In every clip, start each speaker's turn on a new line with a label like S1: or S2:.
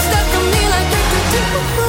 S1: stuck on me like do, do, do, do.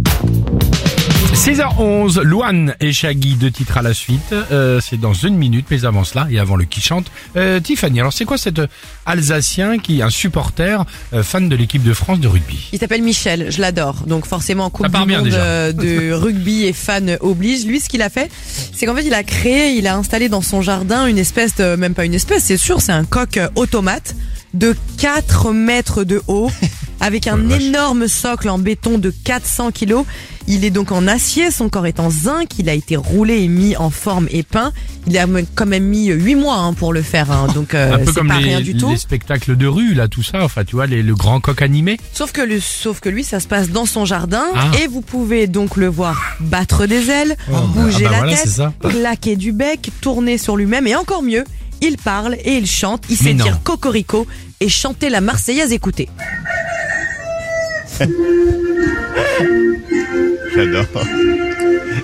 S2: Mmh. 16h11, Louane et Shaggy, deux titres à la suite. Euh, c'est dans une minute, mais avant cela, et avant le qui chante, euh, Tiffany, alors c'est quoi cet euh, Alsacien qui est un supporter euh, fan de l'équipe de France de rugby
S3: Il s'appelle Michel, je l'adore. Donc forcément, Coupe
S2: part
S3: du
S2: bien
S3: monde
S2: déjà.
S3: euh, de rugby et fan oblige. Lui, ce qu'il a fait, c'est qu'en fait, il a créé, il a installé dans son jardin une espèce, de, même pas une espèce, c'est sûr, c'est un coq euh, automate de 4 mètres de haut, avec
S2: Oh la
S3: un
S2: vache.
S3: énorme socle en béton de 400 kilos. Il est donc en acier, son corps est en zinc, il a été roulé et mis en forme et peint. Il a même- quand même mis 8 mois hein, pour le faire, hein, donc euh,
S2: Un peu
S3: c'est
S2: comme
S3: pas
S2: les,
S3: rien du tout.
S2: les spectacles de rue, là, tout ça, enfin, tu vois, les- le grand coq animé.
S3: Sauf que, lui, sauf que lui, ça se passe dans son jardin
S2: Ah.
S3: et vous pouvez donc le voir battre des ailes,
S2: Oh,
S3: bouger
S2: ah bah
S3: la
S2: voilà, c'est
S3: tête,
S2: ça.
S3: claquer du bec, tourner sur lui-même et encore mieux, il parle et il chante, il
S2: Mais
S3: sait
S2: non.
S3: dire cocorico et chanter la Marseillaise écoutée.
S4: J'adore.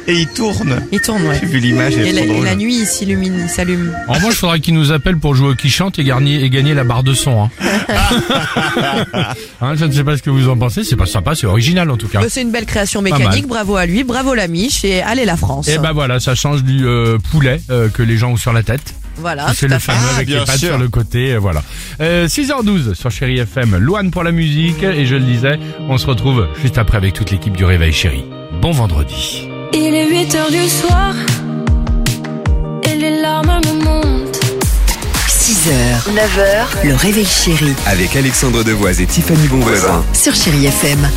S4: Et il tourne.
S3: Il tourne, ouais.
S4: J'ai vu l'image, elle
S3: Et
S4: est
S3: la,
S4: trop
S3: et
S4: drôle.
S3: la nuit, il s'illumine, il s'allume.
S2: En revanche, il faudra qu'il nous appelle pour jouer au qui chante et gagner, et gagner la barre de son. Hein. Hein, je ne sais pas ce que vous en pensez, c'est pas sympa, c'est original en tout cas.
S3: Euh, C'est une belle création
S2: mal.
S3: mécanique, bravo à lui, bravo la Miche et allez la France.
S2: Et ben voilà, ça change du euh, poulet euh, que les gens ont sur la tête.
S3: voilà,
S2: Qui fait
S3: tout
S2: le
S3: à fait.
S2: fameux
S4: Ah,
S2: avec les
S4: bien
S2: pattes
S4: sûr.
S2: sur le côté, euh, voilà. Euh, 6h12 sur Chéri FM, Loane pour la musique, et je le disais, on se retrouve juste après avec toute l'équipe du Réveil Chéri. Bon vendredi.
S5: Il est 8 heures du soir et les larmes me montent.
S6: 6h, 9h, le réveil chéri
S7: Avec Alexandre Devoise et Tiffany Bonvoisin.
S6: sur Chérie FM.